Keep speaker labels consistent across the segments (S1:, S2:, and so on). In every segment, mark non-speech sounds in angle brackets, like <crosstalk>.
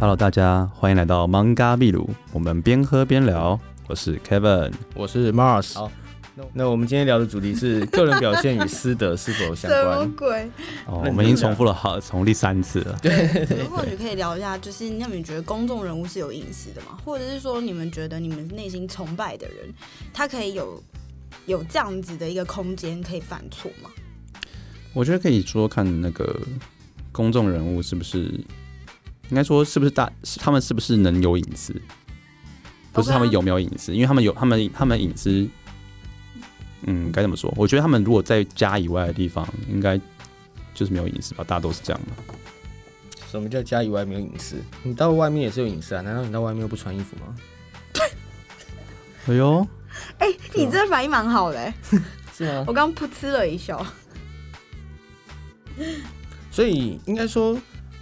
S1: Hello，大家欢迎来到芒嘎秘鲁，我们边喝边聊。我是 Kevin，
S2: 我是 Mars。
S3: 好
S2: 那我们今天聊的主题是个人表现与师德是否相
S3: 什么
S2: 关？
S3: 鬼？
S1: 哦，
S2: 那
S1: 我
S2: 你
S1: 们已经
S2: 是
S1: 重复了好重复第三次了。
S3: 对或许可以聊一下，就是那你们觉得公众人物是有隐私的吗？或者是说，你们觉得你们内心崇拜的人，他可以有有这样子的一个空间可以犯错吗？
S1: 我觉得可以说看那个公众人物是不是，应该说是不是大，是他们是不是能有隐私，不是
S3: OK 啊
S1: 他们有没有隐私，因为他们有他们他们隐私，嗯，该怎么说？我觉得他们如果在家以外的地方，应该就是没有隐私吧，大家都是这样嘛。
S2: 什么叫家以外没有隐私？你到外面也是有隐私啊？难道你到外面又不穿衣服吗？
S1: 哎呦，
S3: 哎、你这反应蛮好的、欸，
S2: 是吗？
S3: 我刚噗嗤了一笑。
S2: 所以应该说，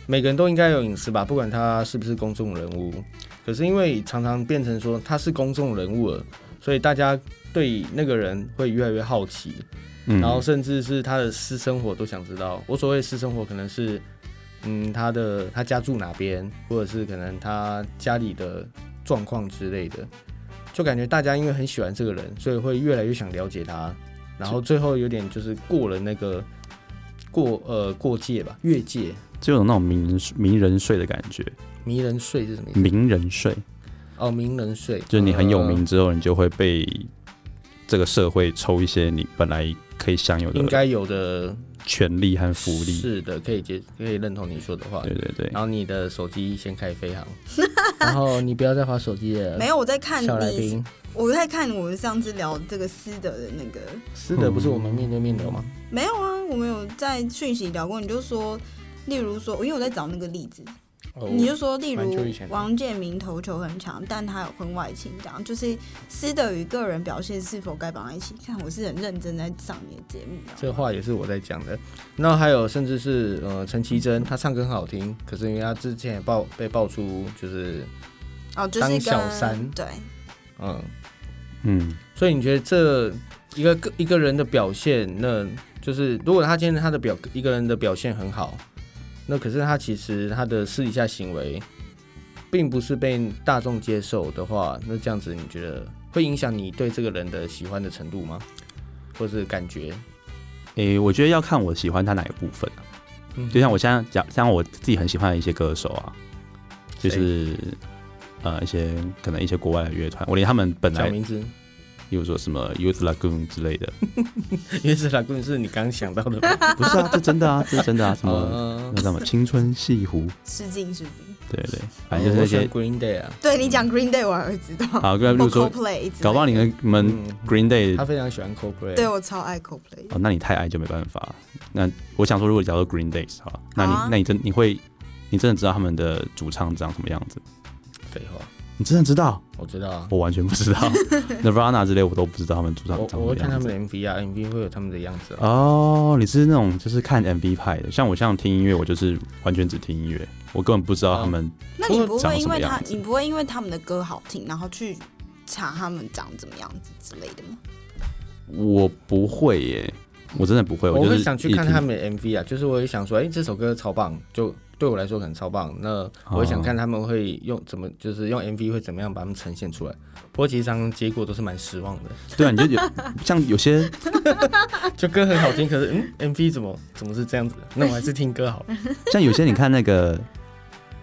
S2: 每个人都应该有隐私吧，不管他是不是公众人物。可是因为常常变成说他是公众人物了，所以大家对那个人会越来越好奇，
S1: 嗯，
S2: 然后甚至是他的私生活都想知道。我所谓私生活，可能是嗯他的他家住哪边，或者是可能他家里的状况之类的。就感觉大家因为很喜欢这个人，所以会越来越想了解他，然后最后有点就是过了那个过呃过界吧，越界。
S1: 就有那种名人名人税的感觉，
S2: 迷人税是什么意思？
S1: 名人税
S2: 哦，名人呃税
S1: 嗯就是你很有名之后，你就会被这个社会抽一些你本来可以享有
S2: 应
S1: 的
S2: 该有的
S1: 权利和福利。
S2: 是的，可以接，可以认同你说的话。
S1: 对对对
S2: 然，后你的手机先开飞
S3: <laughs>
S2: 行，然后你不要再划手机了。
S3: 没有，我在看
S2: 呃小来
S3: 你，
S2: 宾，
S3: 我在看我们上次聊这个私德的那个，
S2: 是的，不是我们面对面聊吗？
S3: 没有啊，我们有在讯息聊过，你就说。例如说，因为我在找那个例子，
S2: 哦
S3: 嗯你就说，例
S2: 蛮
S3: 如
S2: 久以前的
S3: 王建民投球很强，但他有婚外情，这样就是私德与个人表现是否该绑在一起？看，我是很认真在上你的节目的，
S2: 这话也是我在讲的。那还有，甚至是呃，陈绮贞，她唱歌很好听，可是因为她之前也爆被爆出，就是
S3: 哦，就是
S2: 当
S3: 跟
S2: 小三
S3: 对，
S2: 嗯，
S1: 嗯，
S2: 所以你觉得这一个个一个人的表现，那就是如果他今天他的表一个人的表现很好，那可是他其实他的私底下行为，并不是被大众接受的话，那这样子你觉得会影响你对这个人的喜欢的程度吗？或是感觉？
S1: 诶、我觉得要看我喜欢他哪一部分、啊。
S2: 嗯
S1: 就像我现在讲，像我自己很喜欢的一些歌手啊，就是呃一些可能一些国外的乐团，我连他们本
S2: 讲
S1: 来，
S2: 名字，
S1: 比如说什么 Youth Lagoon 之类
S2: <laughs>
S1: 的，
S2: <laughs> 因为是拉棍是你刚想到 <laughs> 的吗？
S1: 不是啊，这真的啊，这真的啊，什么
S2: 呃，
S1: 那叫什么青春西湖，
S3: 失敬失敬。
S1: 对对，反正就是那
S2: 我喜
S1: 些
S2: 欢 Green Day 啊，
S3: 对你讲 Green Day 我还会知道，
S1: 好，跟比
S3: 或
S1: 如说
S3: Coldplay，
S1: 搞不好你跟你们
S2: 嗯
S1: Green Day，、
S2: 他非常喜欢 Coldplay，
S3: 对我超爱 Coldplay，
S1: 哦，那你太矮就没办法。那我想说，如果假如 Green Days 好了，那你、
S3: 好啊
S1: 那你真你会你真的知道他们的主唱长什么样子？
S2: 废话，
S1: 你真的知道？
S2: 我知道啊。
S1: 我完全不
S3: <laughs>
S1: 知道，Nirvana 之类我都不知道他们主唱长
S2: 我
S1: 什
S2: 我
S1: 么
S2: 会看他
S1: 样
S2: 们
S1: 子。
S2: 的 MV 啊，MV 会有他们的样子啊。
S1: 哦，你是那种就是看 MV 派的，像我像听音乐，我就是完全只听音乐，我根本不知
S2: 哦
S1: 道他们。
S3: 那你不
S1: 不过
S3: 会因
S1: 长什么
S3: 为他
S1: 样，子
S3: 你不会因为他们的歌好听，然后去查他们长怎么样子之类的吗？
S1: 我不会耶，我真的不会，
S2: 我
S1: 就
S2: 会
S1: 是
S2: 想去
S1: 一
S2: 看
S1: 听
S2: 他们的 MV 啊，就是我也想说，哎、这首歌超棒，就对我来说可能超棒。那我也
S1: 哦
S2: 想看他们会用怎么，就是用 MV 会怎么样把他们呈现出来。不过其实上结果都是蛮失望的，
S1: 对啊，你就有 <laughs> 像有些
S3: 啊
S2: 就歌很好听，可是嗯，MV 怎么怎么是这样子的？那我还是听歌好了。
S1: 像有些你看那个，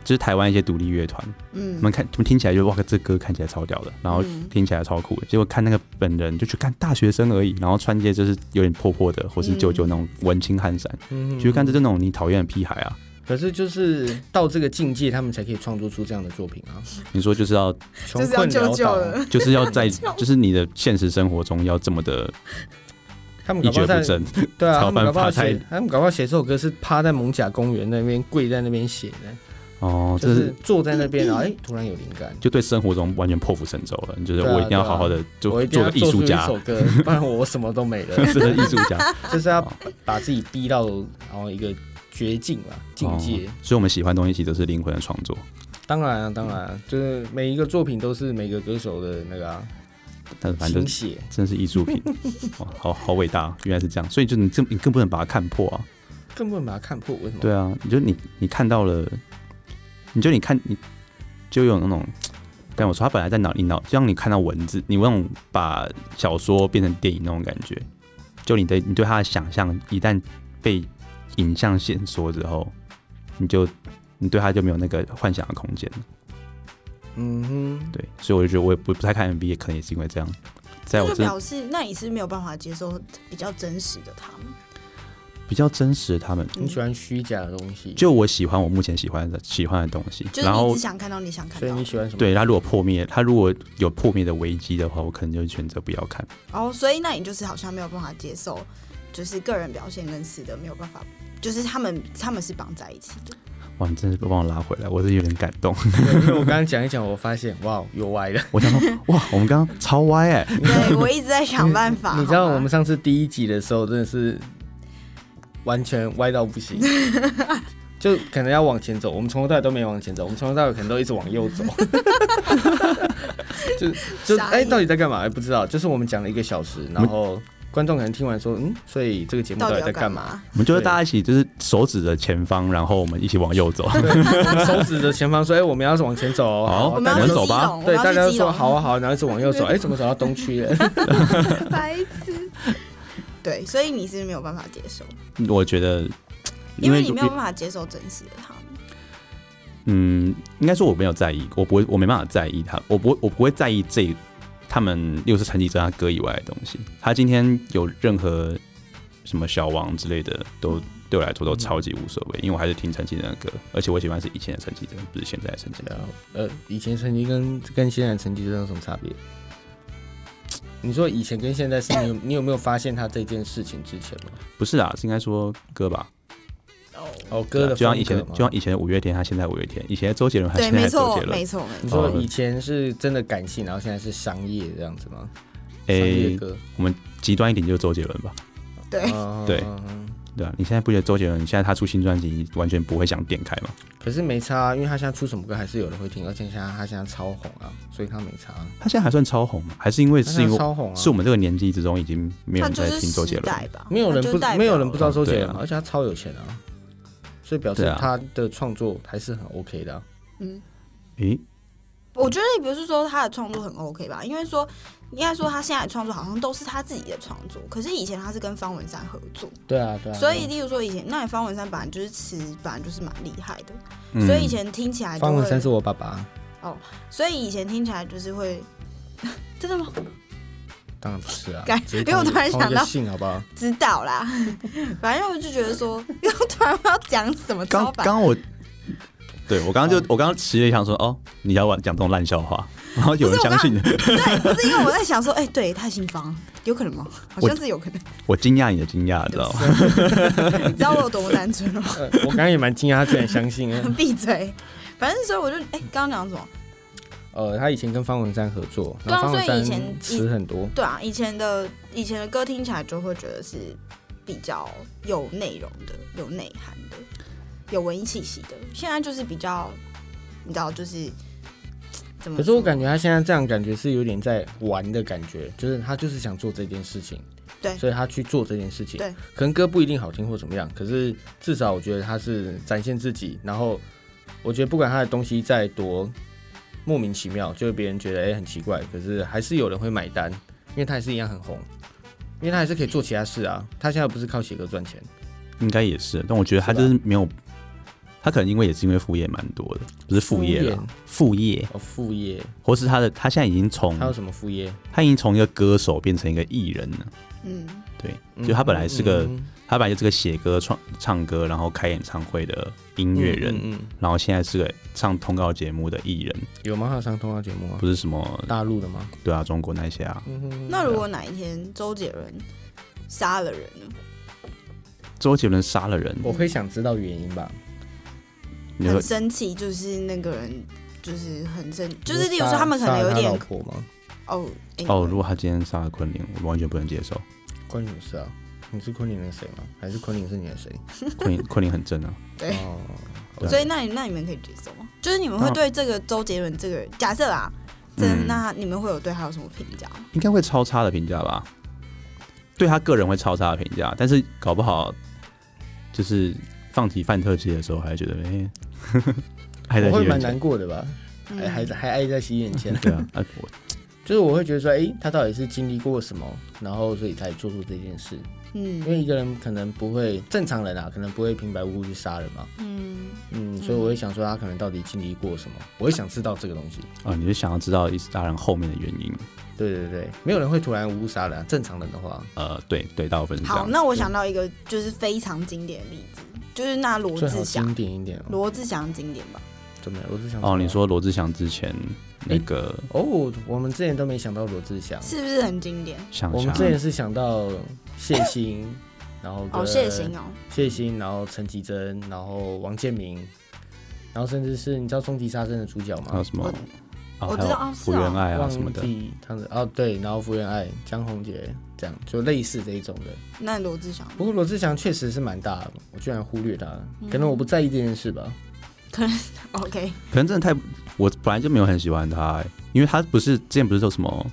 S1: 就是台湾一些独立乐团，
S3: 嗯
S1: 你，们看，你们听起来就哇，这歌看起来超屌的，然后
S3: 嗯
S1: 听起来超酷的。结果看那个本人，就去看大学生而已，然后穿一些就是有点破破的，或是旧旧那种文青汗衫， <laughs>
S2: 嗯，
S1: 就看这这种你讨厌的屁孩啊。
S2: 可是就是到这个境界，他们才可以创作出这样的作品啊，
S1: 你说就是要，
S2: 穷
S3: 就是要
S2: 困
S3: 救
S2: 潦
S3: 救
S2: 倒。
S1: <laughs>
S2: 啊
S3: 了，
S1: 就是要在，就是你的现实生活中要这么的
S2: 他们
S1: 一
S2: 搞不
S1: 蹶
S2: 好在
S1: 不振，
S2: 对啊，
S1: 超
S2: 他们搞不好
S1: 犯法
S2: 写，他们搞不好写这首歌是趴在蒙甲公园那边跪在那边写的。
S1: 哦，
S2: 就
S1: 这
S2: 是
S1: 是
S2: 坐在那边，然后哎，突然有灵感，
S1: 就对生活中完全破釜沉舟了。你就是
S2: 对啊
S1: 我一定要好好的就
S2: 我一定
S1: 做
S2: 要
S1: 个艺
S2: 做出
S1: 术
S2: 一
S1: 家，
S2: 首歌，不然我什么都没
S1: <laughs>
S2: 了。
S1: 真的艺术家
S2: 就是要把自己逼到然后一个绝境吧， <laughs> 境界
S1: 哦。所以我们喜欢的东西其实都是灵魂的创作。
S2: 当然啊，当然啊，就是每一个作品都是每个歌手的那个啊
S1: 但反正就是
S2: 心血。
S1: 真是艺术品，哇，好好伟大，啊原来是这样，所以就你更你更不能把它看破啊，
S2: 更不能把它看破，为什么？
S1: 对啊，你就你你看到了，你就你看你就有那种，但我说他本来在脑里脑，就像你看到文字，你那种把小说变成电影那种感觉，就你的你对他的想象一旦被影像线索之后，你就你对他就没有那个幻想的空间了。
S2: 嗯哼，
S1: 对，所以我就觉得我也不不太看 MV，也可能也是因为这样，在
S3: 那
S1: 我
S3: 就
S1: 这
S3: 表示那你是没有办法接受比较真实的他们。
S1: 比较真实的他们，
S2: 你喜欢虚假的东西，
S1: 就我喜欢我目前喜欢的喜欢的东西，
S3: 就是
S1: 然
S3: 你
S1: 后
S3: 只想看到你想看
S2: 所以
S3: 到
S2: 你，喜欢什么？
S1: 对他如果破灭，他如果有破灭的危机的话，我可能就选择不要看。
S3: 然后哦所以那你就是好像没有办法接受，就是个人表现跟死的没有办法，就是他们他们是绑在一起的。 <laughs>
S1: 哇，你真是帮我拉回来，我是有点感动。 <laughs>
S2: 对，因为我刚刚讲一讲，我发现哇，有歪的。
S1: 我想
S3: <laughs>
S1: 说，哇，我们刚刚超歪哎、
S3: 对我一直在想办法，
S2: 你知道
S3: 好吗
S2: 我们上次第一集的时候，真的是完全歪到不
S3: <laughs>
S2: 行，就可能要往前走。我们从头到尾都没往前走，我们从头到尾可能都一直往
S3: <laughs>
S2: 右走。就就
S3: 傻眼
S2: 哎、到底在干嘛？哎，不知道。就是我们讲了一个小时，然后观众可能听完说，嗯，所以这个节目
S3: 到
S2: 到
S3: 底
S2: 底
S3: 要
S2: 在
S3: 干
S2: 干
S3: <laughs>
S2: 嘛？
S3: 嘛？
S1: 我们就是
S2: 对
S1: 大家一起，就是手指着前方，然后我们一起往右走。
S2: 手指着前方说，哎、我们要是往前走
S1: 好
S2: 哦。
S3: 我们
S1: 我
S3: 要
S1: 们
S3: 去
S1: 走
S3: 基
S1: 吧
S3: 隆，我们
S2: 对，
S3: 要
S2: 大家
S3: 去
S2: 都
S3: 基
S2: 说
S3: 隆，
S2: 好啊好啊，然后一直往右走，哎、怎么走到东区了？
S3: <laughs> 白痴。对，所以你是没有办法接受，
S1: <laughs> 我觉得，
S3: 因为
S1: 为
S3: 你没有办法接受真实的他们。
S1: 嗯，应该说我没有在意，我不会，我没办法在意他，我不会，我不会在意这他们又是陈绮贞他歌以外的东西。他今天有任何什么小王之类的，都对我来说都超级无所谓，因为我还是听陈绮贞的歌，而且我喜欢是以前的陈绮贞，不是现在的陈绮贞。
S2: 呃，以前成绩跟跟现在成绩有什么差别？你说以前跟现在是你有你有没有发现他这件事情之前吗？
S1: 不是啊，是应该说歌吧，
S3: 哦，
S2: 哦，歌的
S1: 就像以
S2: 风
S1: 前
S2: 格
S1: 的，
S2: 吗
S1: 就像以前的五月天，他现在五月天，以前的周杰伦，他
S3: 对，
S1: 现在
S3: 没
S1: 的周
S3: 错
S1: 杰，伦
S3: 没。错，没
S2: 你
S3: 错。
S2: 说
S1: 哦
S2: 以前是真的感性，然后现在是商业这样子吗？商业
S1: 诶，
S2: 歌，
S1: 极端一点就是周杰伦吧，
S3: 对，
S2: 哦
S1: 对对啊，你现在不觉得周杰伦现在他出新专辑，你完全不会想点开吗？
S2: 可是没差啊，因为他现在出什么歌还是有人会听，而且现在他现在超红啊，所以他没差啊。
S1: 他现在还算超红吗？还是因为
S2: 他
S1: 是
S2: 现
S1: 因
S2: 在
S1: 为
S2: 超红啊，
S1: 是我们这个年纪之中已经没有
S3: 他
S1: 人
S3: 就
S1: 在
S3: 是
S1: 听周杰
S3: 时
S1: 伦
S3: 代，吧，
S2: 没有人
S3: 他就
S2: 不
S3: 代表
S2: 没有人不知道
S1: 了
S2: 周杰伦
S1: 对
S2: 啊
S1: 啊，
S2: 而且他超有钱啊，所以表示
S1: 对啊
S2: 他的创作还是很 OK 的啊、
S3: 嗯，
S1: 诶，
S3: 我觉得也不是说他的创作很 OK 吧，因为说应该说他现在的创作好像都是他自己的创作，可是以前他是跟方文山合作，
S2: 对啊，
S1: 嗯
S2: 对啊。
S3: 所以例如说以前那方文山本来就是词本来就是蛮厉害的，
S1: 嗯
S3: 所以以前听起啊来就
S2: 方文山
S3: 会，
S2: 是我爸爸，
S3: 所以以前听起来就是会。 <laughs> 真的吗？
S2: 当然不是
S3: <laughs>
S2: 啊
S3: 干，
S2: 只是
S3: 因为我
S2: 同一
S3: 突然
S2: 同一个
S3: 想到
S2: 姓好不好？
S3: 知道啦， <laughs> 反正我就觉得说，又突然不知道讲什么
S1: 刚
S3: 超
S1: 刚
S3: 白，
S1: 刚我。对，我刚刚就我刚刚迟疑想说，哦，你要玩讲这种烂笑 <laughs> 话，然后有人
S3: 不是我
S1: 相信，
S3: 对，不是因为我在想说，哎、对，太新方有可能吗？好像是有可能。
S1: <laughs> 我惊讶你的惊讶，知道吗？
S3: 你知道我有多么单纯吗？ <laughs>
S2: 呃我刚刚也蛮惊讶，他居然相信啊。
S3: 闭嘴！反正所以我就哎，刚刚讲什么？
S2: 呃，他以前跟方文山合作，
S3: 对
S2: 然后
S3: 啊
S2: 方文
S3: 所以以前
S2: 山词很多，
S3: 对啊，以前的以前的歌听起来就会觉得是比较有内容的、有内涵的、有文艺气息的。现在就是比较，你知道，就是怎么说？
S2: 可是我感觉他现在这样感觉是有点在玩的感觉，就是他就是想做这件事情，
S3: 对
S2: 所以他去做这件事情，
S3: 对，
S2: 可能歌不一定好听或怎么样，可是至少我觉得他是展现自己，然后我觉得不管他的东西再多莫名其妙，就是别人觉得哎、很奇怪，可是还是有人会买单，因为他还是一样很红，因为他还是可以做其他事啊，他现在不是靠写歌赚钱，
S1: 应该也是，但我觉得他
S2: 是吧
S1: 就是没有，他可能因为也是因为副业蛮多的，不是副业了，副业，
S2: 哦，副业，
S1: 或是他的他现在已经从
S2: 他有什么副业？
S1: 他已经从一个歌手变成一个艺人了，
S3: 嗯，
S1: 对，
S2: 嗯
S1: 就他本来是个
S2: 嗯
S1: 他本来就是个写歌、唱唱歌，然后开演唱会的音乐人，
S2: 嗯嗯嗯
S1: 然后现在是个唱通告节目的艺人，
S2: 有吗？他有上通话节目啊？
S1: 不是什么
S2: 大陆的吗？
S1: 对啊，中国那些啊，
S3: 那如果哪一天周杰伦杀了人呢？
S1: 周杰伦杀了人，
S2: 我会想知道原因吧。
S1: 你说
S3: 很生气，就是那个人就是很生，就是
S2: 杀
S3: 例如说他们可能有一
S2: 杀了
S3: 点
S2: 他老婆吗？
S3: 哦
S1: 哦，如果他今天杀了昆凌，我完全不能接受， <laughs>
S2: 关你什么事啊？你是昆凌的谁吗？还是昆凌是你的
S3: <laughs>
S2: 谁？
S1: 昆凌昆凌很正啊，
S3: 对
S2: 哦，
S1: 对
S3: 所以那你那你们可以接受吗？就是你们
S2: 啊
S3: 会
S1: 当
S3: 对这个
S2: 嗯
S3: 周杰伦这个人假设啊，真的
S1: 嗯
S3: 那你们会有对他有什么评价吗？
S1: 应该会超差的评价吧，对他个人会超差的评价，但是搞不好就是放题范特辑的时候还觉得，哎、 <laughs> 还在
S2: 我
S1: 吸
S2: 会
S1: 人
S2: 蛮
S1: 钱
S2: 难过的吧？
S3: 嗯
S2: 哎还还还爱在洗眼前，
S1: <laughs> 对啊，啊我
S2: <laughs> 就是我会觉得说，哎、他到底是经历过什么，然后所以才做出这件事。因
S3: 嗯
S2: 为一个人可能不会正常人啊，可能不会平白无故去杀人嘛。
S3: 嗯
S2: 嗯，所以我会想说他可能到底经历过什么，我会想知道这个东西。
S1: 啊，你是想要知道一杀人后面的原因？
S2: 对对对，没有人会突然无故杀人、啊，正常人的话，
S1: 呃，对对，大部分是这
S3: 好，
S1: 样。
S3: 那我想到一个就是非常经典的例子，就是那罗
S2: 最好
S3: 志祥
S1: 啊
S2: 经，典一点、哦。
S3: 罗志祥经典吧？
S2: 怎么样？罗志祥？
S1: 哦，你说罗志祥之前那个
S2: 哦，我们之前都没想到罗志祥，
S3: 是不是很经典？
S1: 想
S2: 我们
S1: 想
S2: 之前是想到谢欣，然后
S3: 哦，
S2: 跟
S3: 谢欣哦，
S2: 谢欣，然后陈绮贞，然后王建民，然后甚至是你知道《终极杀生》的主角
S1: 还有
S2: 吗？
S1: 什么
S3: 我？
S1: 哦
S3: 我
S1: 还
S3: 知
S1: 有
S3: 道哦是
S1: 福原
S3: 哦
S1: 爱啊
S2: 忘
S1: 什么的，
S2: 记他的哦，对，然后福原爱、江宏杰这样，就类似这一种的。
S3: 那罗志祥
S2: 不过罗志祥确实是蛮大的，我居然忽略他了，
S3: 嗯
S2: 可能我不在意这件事吧。
S3: ，OK，
S1: 可能真的太，我本来就没有很喜欢他、欸，因为他不是之前不是说什么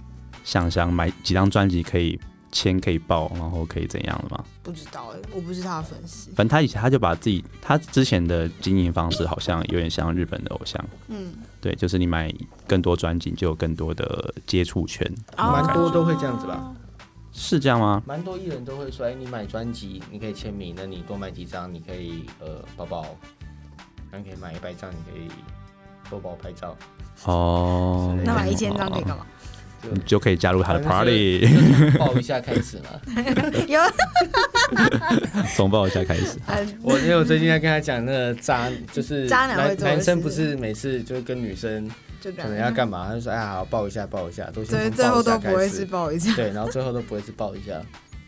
S1: 想想买几张专辑可以签可以报，然后可以怎样的嘛？
S3: 不知道哎，我不是他的粉丝，
S1: 反正他以前他就把自己他之前的经营方式好像有点像日本的偶像，
S3: 嗯，
S1: 对，就是你买更多专辑就有更多的接触圈，
S3: 哦
S2: 蛮多都会这样子吧？
S1: 是这样吗？
S2: 蛮多艺人都会说，哎，你买专辑你可以签名，那你多买几张你可以呃包包，那你可以买一百张，你可以多包拍
S3: <laughs>
S2: 照。
S1: 哦，
S3: 那买一千张可以干嘛？
S2: 就
S1: 你就可以加入他的
S2: 反正
S3: <laughs>
S1: party，
S2: 就是抱一下开始嘛。
S1: 哦
S3: 有， <laughs>
S1: 从抱一下开始。
S3: 呃
S2: 我因为我最近在跟他讲那个渣，就是呃
S3: 渣男会做的
S2: 男生不
S3: 事
S2: 是每次就是跟女生
S3: 就这
S2: 可能要
S3: 样，
S2: 干嘛，他就说哎好抱一下抱一下，都
S3: 所以
S2: 先
S3: 最
S2: 从抱
S3: 后
S2: 一下
S3: 都不会
S2: 开
S3: 是
S2: 始，
S3: 抱一下，
S2: 对，然后最后都不会是抱一下。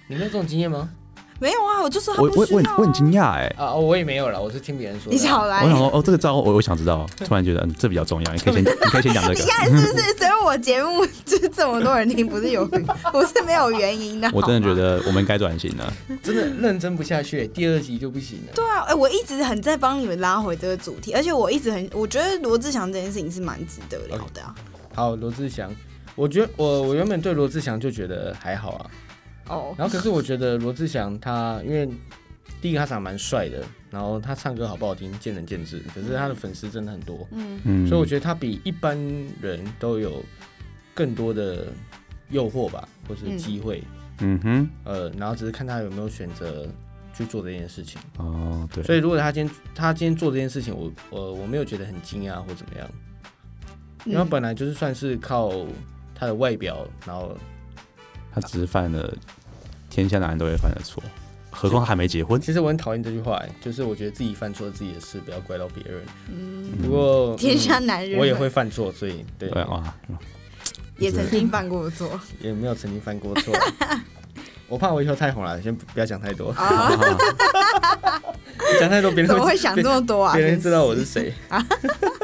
S2: 你没有这种经验吗？
S3: 没有啊，我就说他
S1: 我
S3: 不
S1: 我
S3: 需
S1: 我很
S3: 要啊
S1: 我很惊讶哎，
S2: 啊，哦我也没有了，我是听别人说
S3: 你
S2: 的啊。
S3: 少来
S1: 我，想说哦，这个招我我想知道，突然觉得嗯这比较重要，你可以先你可以先讲这
S3: 你
S1: 个。
S3: 看是不是？所以我节目就这么多人听，不是有不是没有原
S1: <laughs>
S3: 因的。
S1: 我真的
S3: 好
S1: 觉
S3: 吗
S1: 得我们该转型了。
S2: 真的认真不下去，第二集就不行了。
S3: 对啊，哎、我一直很在帮你们拉回这个主题，而且我一直很，我觉得罗志祥这件事情是蛮值得聊的啊。
S2: 好，罗志祥，我觉得我我原本对罗志祥就觉得还好啊，
S3: 哦，
S2: 然后可是我觉得罗志祥他因为第一个他长得蛮帅的，然后他唱歌好不好听见仁见智，可是他的粉丝真的很多，
S3: 嗯，
S1: 嗯，
S2: 所以我觉得他比一般人都有更多的诱惑吧，或是机会，
S1: 嗯哼，
S2: 呃，然后只是看他有没有选择去做这件事情。
S1: 哦对，
S2: 所以如果他今天他今天做这件事情，我我我没有觉得很惊讶或怎么样，
S3: 嗯
S2: 因为他本来就是算是靠他的外表，然后
S1: 他只是犯了天下男人都会犯的错，何况他还没结婚。
S2: 其实我很讨厌这句话、欸就是我觉得自己犯错自己的事，不要怪到别人。
S3: 嗯，
S2: 不过
S3: 天下男人、
S2: 嗯我也会犯错，所以对
S1: 对啊
S2: <laughs>
S1: 哇，
S3: 也曾经犯过错。
S2: 也没有曾经犯过
S3: <laughs>
S2: 错。我怕我以后太红了，先不不要讲太多。讲太多，别人
S3: 啊怎么会想这么多啊？
S2: 别人知道我
S3: 真
S2: 是谁。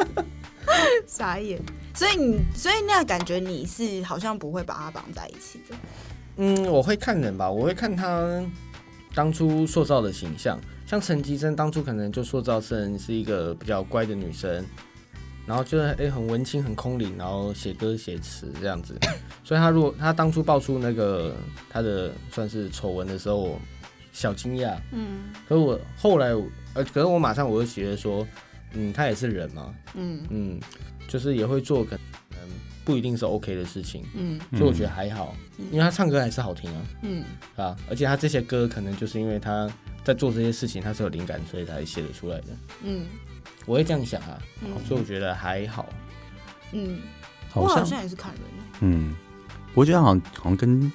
S3: <laughs> 傻眼。所以你，所以那感觉你是好像不会把它绑在一起的。
S2: 嗯，我会看人吧，我会看他当初塑造的形象。像陈绮贞当初可能就塑造成是一个比较乖的女生，然后就是哎、诶很文青很空灵，然后写歌写词这样子。 <coughs> 所以她如果她当初爆出那个她的算是丑闻的时候，我小惊讶，
S3: 嗯
S2: 可是我后来我呃，可是我马上我就觉得说，嗯，她也是人嘛，
S3: 嗯
S2: 嗯，就是也会做可能不一定是 OK 的事情，
S3: 嗯
S1: 嗯
S2: 所以我觉得还好，因为他唱歌还是好听啊，
S3: 嗯，
S2: 啊，而且他这些歌可能就是因为他在做这些事情，他是有灵感，所以才写得出来的。
S3: 嗯
S2: 我会这样想啊，
S3: 嗯
S2: 所以我觉得还好。
S3: 嗯，我
S1: 好
S3: 好
S1: 像
S3: 像也是看人。哦
S1: 嗯，我觉得好像好像跟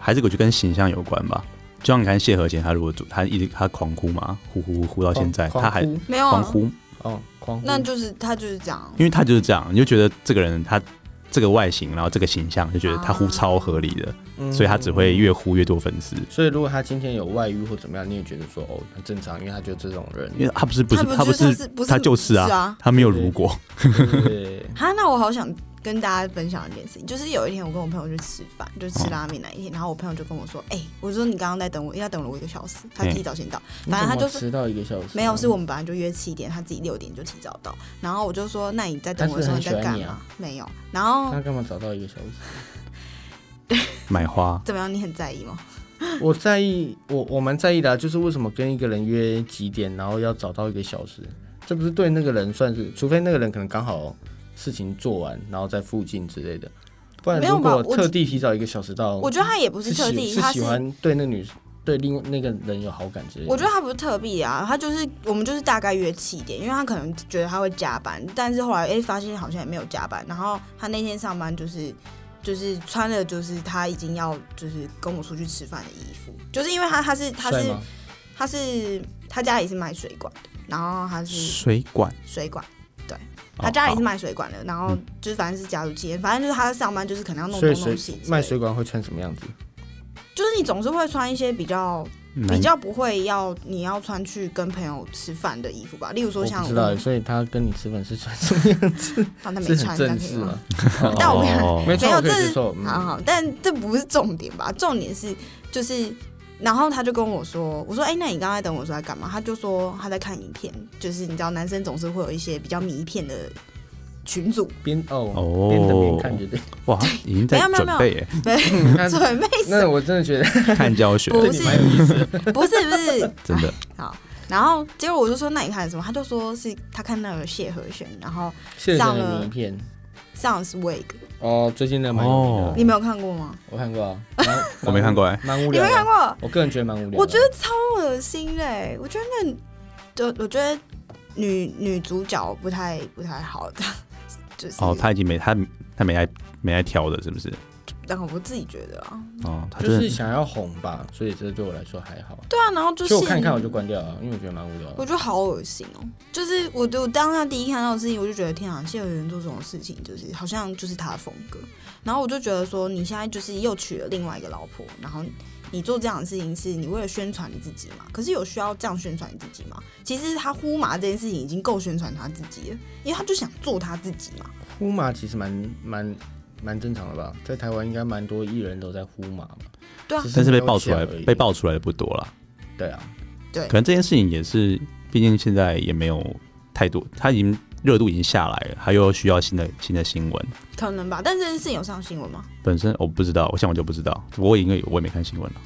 S1: 还是我觉得跟形象有关吧。就像你看谢和弦，他如果主他一直他狂哭嘛，呼呼呼呼到现在，
S2: 狂
S1: 他还
S2: 狂呼
S3: 没有
S1: 狂
S3: 啊，
S1: 呼，
S2: 哦，狂呼
S3: 那就是他就是这样。啊
S1: 因为他就是这样，你就觉得这个人他这个外形，然后这个形象，就觉得他
S2: 啊
S1: 呼超合理的，所以他只。会
S2: 嗯
S1: 越呼越多粉丝。
S2: 所以如果他今天有外遇或怎么样，你也觉得说哦很正常，因为他就这种人。
S3: 嗯
S1: 因为他不是不是
S3: 他
S1: 不
S3: 不就是是不是
S1: 他就是
S3: 是
S1: 啊
S3: 啊，
S1: 他没有如果，
S2: 对，
S3: 哈，那我好想跟大家分享一件事情，就是有一天我跟我朋友去吃饭，就吃拉面那一天，然后我朋友就跟我说：“哎、我说你刚刚在等我，要等了我一个小时。”他自己早先到，反正他就
S2: 嗯你怎么
S3: 是
S2: 迟到一个小时啊。
S3: 没有，是我们本来就约七点，他自己六点就提早到。然后我就说：“那你在等
S2: 他
S3: 我
S2: 是
S3: 的时候
S2: 很
S3: 在
S2: 喜欢
S3: 干
S2: 你
S3: 嘛？”
S2: 啊
S3: 没有。然后
S2: 他干嘛早到一个小时？
S1: 买花
S3: 怎么样？你很在意吗？
S2: 哦我在意，我我蛮在意的啊、就是为什么跟一个人约几点，然后要找到一个小时，这不是对那个人算是，除非那个人可能刚好事情做完，然后在附近之类的，不然
S3: 没有
S2: 如果
S3: 吧我
S2: 特地提早一个小时到，
S3: 我觉得他也不是
S2: 是
S3: 特地，
S2: 喜
S3: 他
S2: 喜
S3: 是
S2: 欢对那女对另那个人有好感之类的。
S3: 我觉得他不是特地啊，他就是我们就是大概约七点，因为他可能觉得他会加班，但是后来哎、诶发现好像也没有加班，然后他那天上班就是就是穿的就是他已经要就是跟我出去吃饭的衣服，就是因为他他是他
S2: 帅
S3: 是
S2: 吗？
S3: 他是他家里是卖水管的，然后他是
S1: 水管，
S3: 水管。
S1: 哦
S3: 他嗯家里
S1: 好
S3: 是卖水管的，然后就是反正是家族企业，反正就是他上班就是可能要弄
S2: 所
S3: 东
S2: 以
S3: 弄
S2: 水
S3: 西之类的，
S2: 卖水管会穿什么样子？
S3: 就是你总是会穿一些比较比
S1: 蛮
S3: 较不会要你要穿去跟朋友吃饭的衣服吧，例如
S2: 我
S3: 说像
S2: 不知
S3: 我
S2: 道，
S3: 们
S2: 所以他跟你吃饭是穿什么样子？
S3: 反
S2: <laughs>
S3: 正
S2: 是
S3: 没
S2: 很
S3: 穿，
S2: 正
S3: 但
S2: 式
S3: 是
S2: 吗？
S3: 但我
S1: 哦
S2: 没
S3: 没
S2: 穿
S3: 有
S2: 我可以
S3: 这
S2: 接
S3: 是
S2: 受。嗯
S3: 好好，但这不是重点吧？重点是就是，然后他就跟我说，我说哎、那你刚才等我说在干嘛？他就说他在看影片，就是你知道男生总是会有一些比较迷片的群组，
S2: 边哦
S1: 哦
S2: 边等边看，觉
S3: <laughs>
S2: 得，
S1: 哇，已经在
S3: 没有没有
S1: 准备耶，
S2: 那
S3: 准备
S2: 那我真的觉得
S1: 看教学，
S3: 不
S2: 对你蛮有
S3: 是
S2: 意思的。
S3: 不是不是，
S1: 真的
S3: 然后结果我就说那你看什么？他就说是他看那个谢和弦，然后
S2: 谢
S3: 上
S2: 神
S3: 了
S2: 的名片
S3: 上 swag，
S2: 哦，最近那蛮有名的
S1: 哦
S3: 你没有看过吗？
S2: 我看过啊，然后
S1: 我没看过哎，
S2: 蛮无
S3: 你
S2: 聊
S3: 没
S2: 的。
S3: 看过？
S2: 我个人觉得蛮无聊的。
S3: 我觉得超恶心嘞、我觉得那就我觉得女女主角不太不太好 <laughs> 的，就是
S1: 哦，他已经没他他没爱没爱挑的，是不是？
S3: 然后我自己觉得啊，
S1: 哦，他
S2: 就
S1: 真
S2: 是
S1: 的
S2: 想要红吧，所以这对我来说还好。
S3: 对啊，然后就是
S2: 就我看看我就关掉了，因为我觉得蛮无聊
S3: 我
S2: 的。
S3: 觉得好恶心哦、就是我我当下第一看到的事情，我就觉得天啊，谢有人做这种事情，就是好像就是他的风格。然后我就觉得说，你现在就是又娶了另外一个老婆，然后你做这样的事情是你为了宣传你自己嘛？可是有需要这样宣传你自己吗？其实他呼麻这件事情已经够宣传他自己了，因为他就想做他自己嘛。
S2: 呼麻其实蛮蛮蛮正常的吧，在台湾应该蛮多艺人都在呼麻嘛。
S3: 对啊
S2: 只
S1: 但是
S2: 没
S1: 被
S2: 有
S1: 爆出来
S2: 讲而已
S1: 被。爆出来的不多啦。
S2: 对啊，
S3: 对
S1: 可，能这件事情也是，毕竟现在也没有太多，他已经热度已经下来了，他又需要新的新的新闻。
S3: 可能吧。但这件事情有上新闻吗？
S1: 本身我不知道，我想我就不知道，不过因为我也没看新闻了。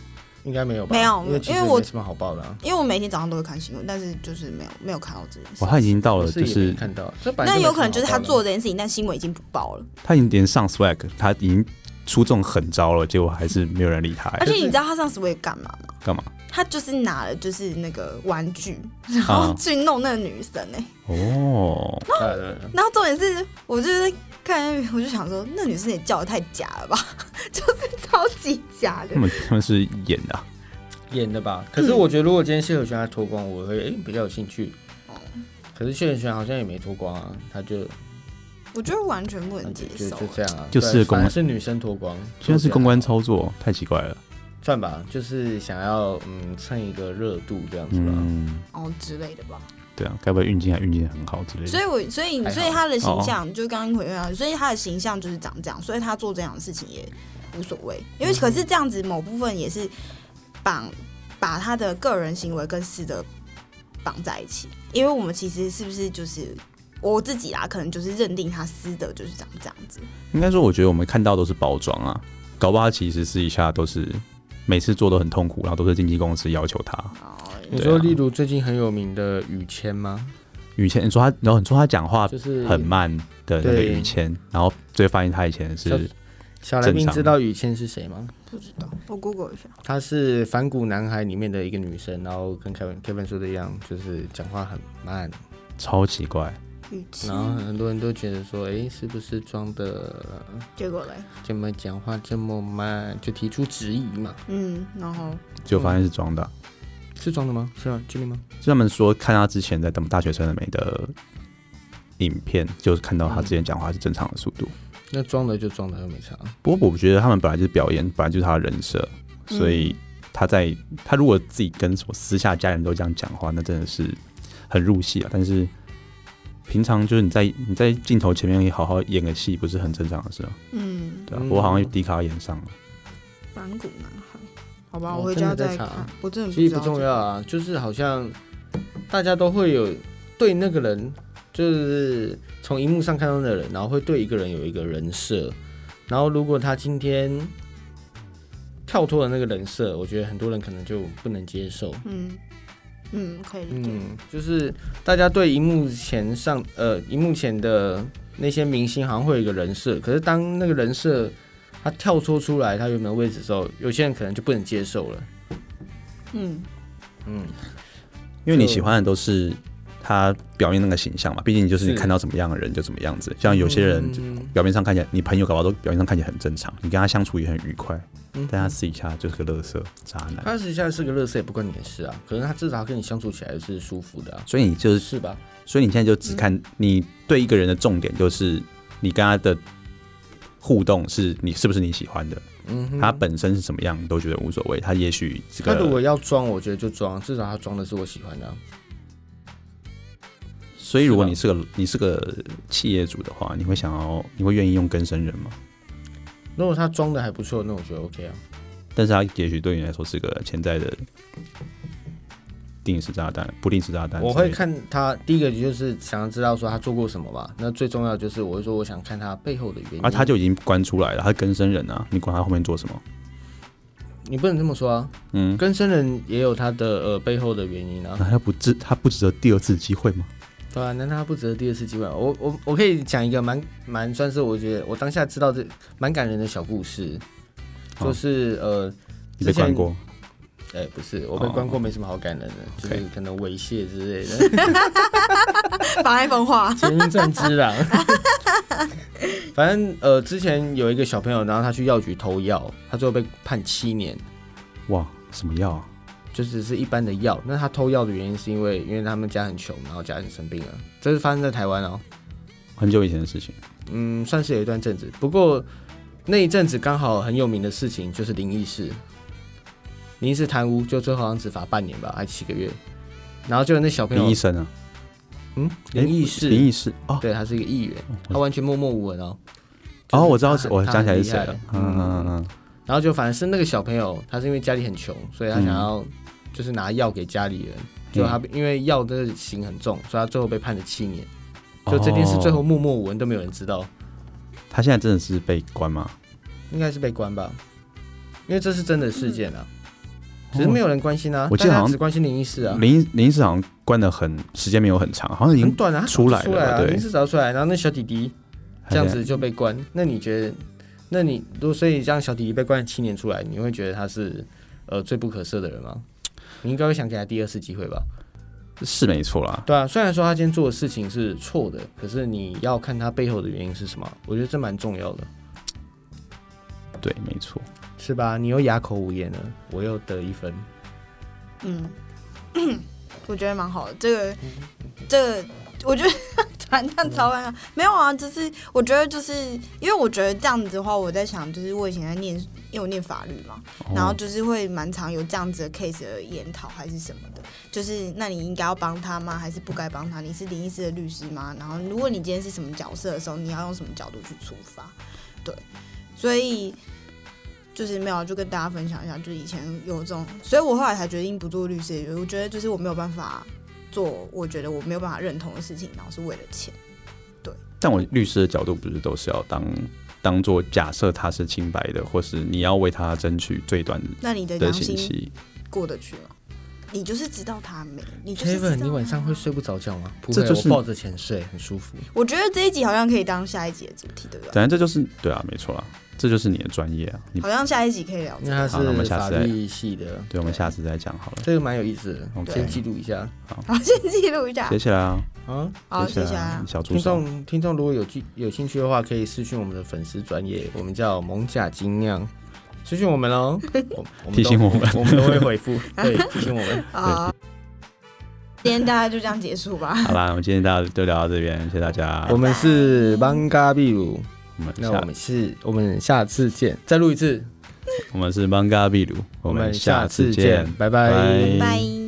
S2: 应该没有吧？
S3: 没有
S2: 因为其实
S3: 因为我
S2: 没什么好报的啊。
S3: 因为我每天早上都会看新闻，但是就是没有没有看到这件事
S1: 哇，。他已经到
S2: 我
S1: 了，哦就是
S2: 也
S1: 是
S2: 没看到，这本来
S3: 那
S2: 没
S3: 有可能就是
S2: 什么好
S3: 他
S2: 报的啊
S3: 做这件事情，但新闻已经不报了。
S1: 他已经连上 swag，他已经出这种狠招了，结果还是没有人理他、
S3: 而
S1: 欸
S3: 且你知道他上 Sway 干嘛吗？
S1: 干嘛？
S3: 他就是拿了就是那个玩
S2: <laughs>
S3: 具，然后
S1: 啊，
S3: 去弄那个女生哎、
S1: 哦，
S2: 对对对
S3: 然后重点是，我就是看，我就想说，那女生也叫的太假了吧， <laughs> 就是超级假的
S2: 嗯
S1: 他。们他们是演的啊、
S2: 演的
S3: 嗯
S2: 吧？可是我觉得如果今天谢和弦他脱光，我会诶比较有兴趣。可是谢和弦好像也没脱光啊，他就
S3: 我觉得完全不能
S2: 就
S3: 接
S2: 就
S3: 受
S2: 就。这样啊，
S1: 就是
S2: 对
S1: 公
S2: 反而是女生脱光，
S1: 居然是公关
S2: 抽
S1: 操作，太奇怪了。
S2: 算吧，就是想要嗯蹭一个热度这样子吧。
S1: 嗯，
S3: 哦之类的吧，
S1: 对啊，该不会运镜还运镜得很好之类
S3: 所
S1: 的？
S3: 以我所以
S2: 还好哦
S3: 所以他的形象就是刚刚回到，所以他的形象就是长这样，所以他做这样的事情也无所谓，因
S2: 嗯
S3: 为可是这样子某部分也是绑把他的个人行为跟私德绑在一起，因为我们其实是不是就是我自己啦，可能就是认定他私德就是长这样子，
S1: 应该说，我觉得我们看到都是包装啊，搞不好他其实私底下都是每次做都很痛苦，然后都是经纪公司要求他。
S3: 哦
S2: 你
S1: 对
S2: 说，
S1: 啊
S2: 例如最近很有名的于谦吗？
S1: 于谦，你说他，然后你说他讲话
S2: 就是
S1: 啊很慢的那个
S2: 对
S1: 于谦，然后最后发现他以前
S2: 小
S1: 是
S2: 小来宾
S1: 正常
S2: 知道于谦是谁吗？
S3: 不知道，我 Google 一下，
S2: 她是《反骨男孩》里面的一个女生，然后跟 Kevin Kevin 说的一样，就是讲话很慢，
S1: 超奇怪，
S3: 语气
S2: 然，后很多人都觉得说，诶，是不是装的？
S3: 结果嘞，
S2: 怎么讲话这么慢？就提出质疑嘛？
S3: 嗯，然后
S1: 结果发现是装的啊。
S2: 是装的吗？是吗？确定吗？
S1: 就他们说看他之前在他们大学生的美的影片，就是看到他之前讲话是正常的速度。
S2: 那装的就装的，又没差。
S1: 不过我觉得他们本来就是表演，本来就是他的人设，所以他在他如果自己跟什么私下家人都这样讲话，那真的是很入戏啊。但是平常就是你在你在镜头前面也好好演个戏，不是很正常的事啊？
S3: 嗯，
S1: 对啊，
S2: 嗯
S1: 我好像迪卡演上了，
S3: 反骨男孩，好吧，
S2: 我
S3: 我回
S2: 哦真
S3: 家
S2: 的在
S3: 再
S2: 查
S3: 看，我真的
S2: 其
S3: 知
S2: 实
S3: 道
S2: 不重
S3: 这
S2: 要啊，就是好像大家都会有对那个人，就是从荧幕上看到的人，然后会对一个人有一个人设，然后如果他今天跳脱了那个人设，我觉得很多人可能就不能接受。
S3: 嗯，嗯，可以理解。
S2: 嗯，就是大家对荧幕前上呃荧幕前的那些明星好像会有一个人设，可是当那个人设他跳脱出来他原本的位置的时候，有些人可能就不能接受了。
S3: 嗯
S2: 嗯，
S1: 因为你
S2: 就
S1: 喜欢的都是他表面那个形象嘛，毕竟就是你
S2: 是
S1: 看到怎么样的人就怎么样子。像有些人就
S2: 嗯
S1: 表面上看起来，你朋友搞不好都表面上看起来很正常，你跟他相处也很愉快，
S2: 嗯
S1: 但他私底下就是个垃圾渣男。
S2: 他实际上是个乐色，也不关你的事啊。可是他至少他跟你相处起来是舒服的、啊，
S1: 所以你就是，
S2: 是吧？
S1: 所以你现在就只看你对一个人的重点，就是你跟他的互动是你是不是你喜欢的，
S2: 嗯哼，
S1: 他本身是什么样你都觉得无所谓，他也许这
S2: 他如
S1: 个，
S2: 果要装，我觉得就装，至少他装的是我喜欢的啊、
S1: 所以如果
S2: 是吧
S1: 你是个你是个企业主的话，你会想要你会愿意用更生人吗？
S2: 如果他装的还不错，那我觉得 OK 啊。
S1: 但是他也许对你来说是个潜在的定时炸弹、不定时炸弹之类的。
S2: 我会看他第一个就是想要知道说他做过什么吧。那最重要的就是我会说我想看他背后的原因。
S1: 啊，他就已经关出来了，他更生人啊，你管他后面做什么？
S2: 你不能这么说啊，
S1: 嗯，
S2: 跟生人也有他的呃背后的原因啊。
S1: 那他不值，他不值得第二次机会吗？
S2: 对啊，难道他不值得第二次机会啊？我我我可以讲一个蛮蛮算是我觉得我当下知道这蛮感人的小故事，
S1: 好
S2: 就是、呃，
S1: 你被
S2: 之
S1: 关
S2: 前
S1: 过，
S2: 哎、不是我被
S1: 哦
S2: 关过没什么好感人的，就是
S1: OK
S2: 可能猥亵之类的，
S3: 妨碍风化。
S2: 前因正知啦。 <laughs> 反正呃，之前有一个小朋友，然后他去药局偷药，他最后被判七年，
S1: 哇，什么药、啊？
S2: 就只是一般的药。那他偷药的原因是因为因为他们家很穷，然后家人生病了，这是发生在台湾哦。
S1: 很久以前的事情，
S2: 嗯，算是有一段阵子。不过那一阵子刚好很有名的事情就是灵异事，灵异事贪污，就最后好像只罚半年吧，还七个月。然后就那小朋
S1: 林
S2: 友
S1: 医，生啊，
S2: 嗯，灵异事，
S1: 林医师哦，
S2: <laughs> 对，他是一个议员，他
S1: 哦，
S2: 完全默默无闻哦。
S1: 哦，我知
S2: 就
S1: 道
S2: 是
S1: 是，
S2: 他
S1: 我想起来是谁
S2: 他很
S1: 了
S2: 厉，害
S1: 嗯嗯嗯，
S2: 然后就反正是那个小朋友，他是因为家里很穷，所
S1: 嗯
S2: 以他想要就是拿药给家里人，就他因为药的刑很重，所以他最后被判了七年。就这件事最后
S1: 哦
S2: 默默无闻都没有人知道，
S1: 他现在真的是被关吗？
S2: 应该是被关吧，因为这是真的事件啊，只是没有人关心啊，
S1: 哦我记得
S2: 大家
S1: 好像
S2: 只关心灵异事啊，
S1: 林林医师好像关的很，时间没有很长，好像已
S2: 很
S1: 经
S2: 短啊，他
S1: 出来了
S2: 出来啊，
S1: 对
S2: 灵异事找出来，然后那小弟弟这样子就被关，那你觉得，那你如果所以这样小弟弟被关了七年出来，你会觉得他是呃罪不可赦的人吗？你应该会想给他第二次机会吧？
S1: 是没错啦，
S2: 对啊，虽然说他今天做的事情是错的，可是你要看他背后的原因是什么，我觉得这蛮重要的，
S1: 对，没错。
S2: 是吧？你又哑口无言了，我又得一分。
S3: 嗯， <clears throat> 我觉得蛮好的。这个，这个，我觉得 <laughs> 突然这样超尴尬。没有啊，就是我觉得就是因为我觉得这样子的话，我在想，就是我以前在念，因为我念法律嘛，
S1: 哦
S3: 然后就是会蛮常有这样子的 case 的研讨还是什么的，就是那你应该要帮他吗？还是不该帮他？你是林医师的律师吗？然后如果你今天是什么角色的时候，你要用什么角度去出发？对，所以就是没有就跟大家分享一下，就是以前有这种，所以我后来才决定不做律师的原因，我觉得就是我没有办法做，我觉得我没有办法认同的事情，然后是为了钱。
S1: 但我律师的角度不是都是要当当做假设他是清白的，或是你要为他争取最短
S3: 那你的
S1: 的
S3: 良
S1: 刑
S3: 心
S1: 期。
S3: 过得去吗？你就是知道他没，你就是知道
S2: Kevin，你晚上
S3: 他
S2: 会睡不着觉吗？不
S1: 这
S2: 会，
S1: 就是
S2: 我抱着钱睡，很舒服。
S3: 我觉得这一集好像可以当下一集的主题，对不对？
S1: 反正这就是对啊，没错啊，这就是你的专业啊。你
S3: 好像下一集可以聊这
S2: 因为他
S3: 个。
S1: 好那我们
S2: 是
S1: 下
S2: 法
S1: 次再
S2: 律系的，
S1: 对，我们下次再讲好了。
S2: 这个蛮有意思的，
S1: OK
S2: 先记录一下
S1: 哦
S3: <laughs> 好，先记录一下
S1: 接。下来啊，
S2: 啊。
S3: 好，
S1: 接
S3: 谢
S1: 下
S3: 谢
S1: 来啊，
S3: 啊
S1: 小助
S2: 听
S1: 手，
S2: 众听众如果有记有兴趣的话，可以私讯我们的粉丝专业，我们叫蒙甲精酿，私讯我们哦，
S1: <laughs>
S2: 我我们都
S1: 提醒我们
S2: 我们都会
S1: <laughs>
S2: 回复，对，提醒我们。
S3: 好，今天大家就这样结束吧。
S1: 好啦，我们今天大家就聊到这边，谢谢大家。
S2: 我们是邦嘎秘鲁，
S1: 我们
S2: 那
S1: 下
S2: 我们是，我们下次见，再录一次，
S1: 我们是 Manga 秘鲁，我
S2: 我
S1: 们
S2: 们
S1: 下
S2: 下
S1: 次
S2: 次
S1: 见
S2: 见，，拜拜
S1: 拜
S3: 拜。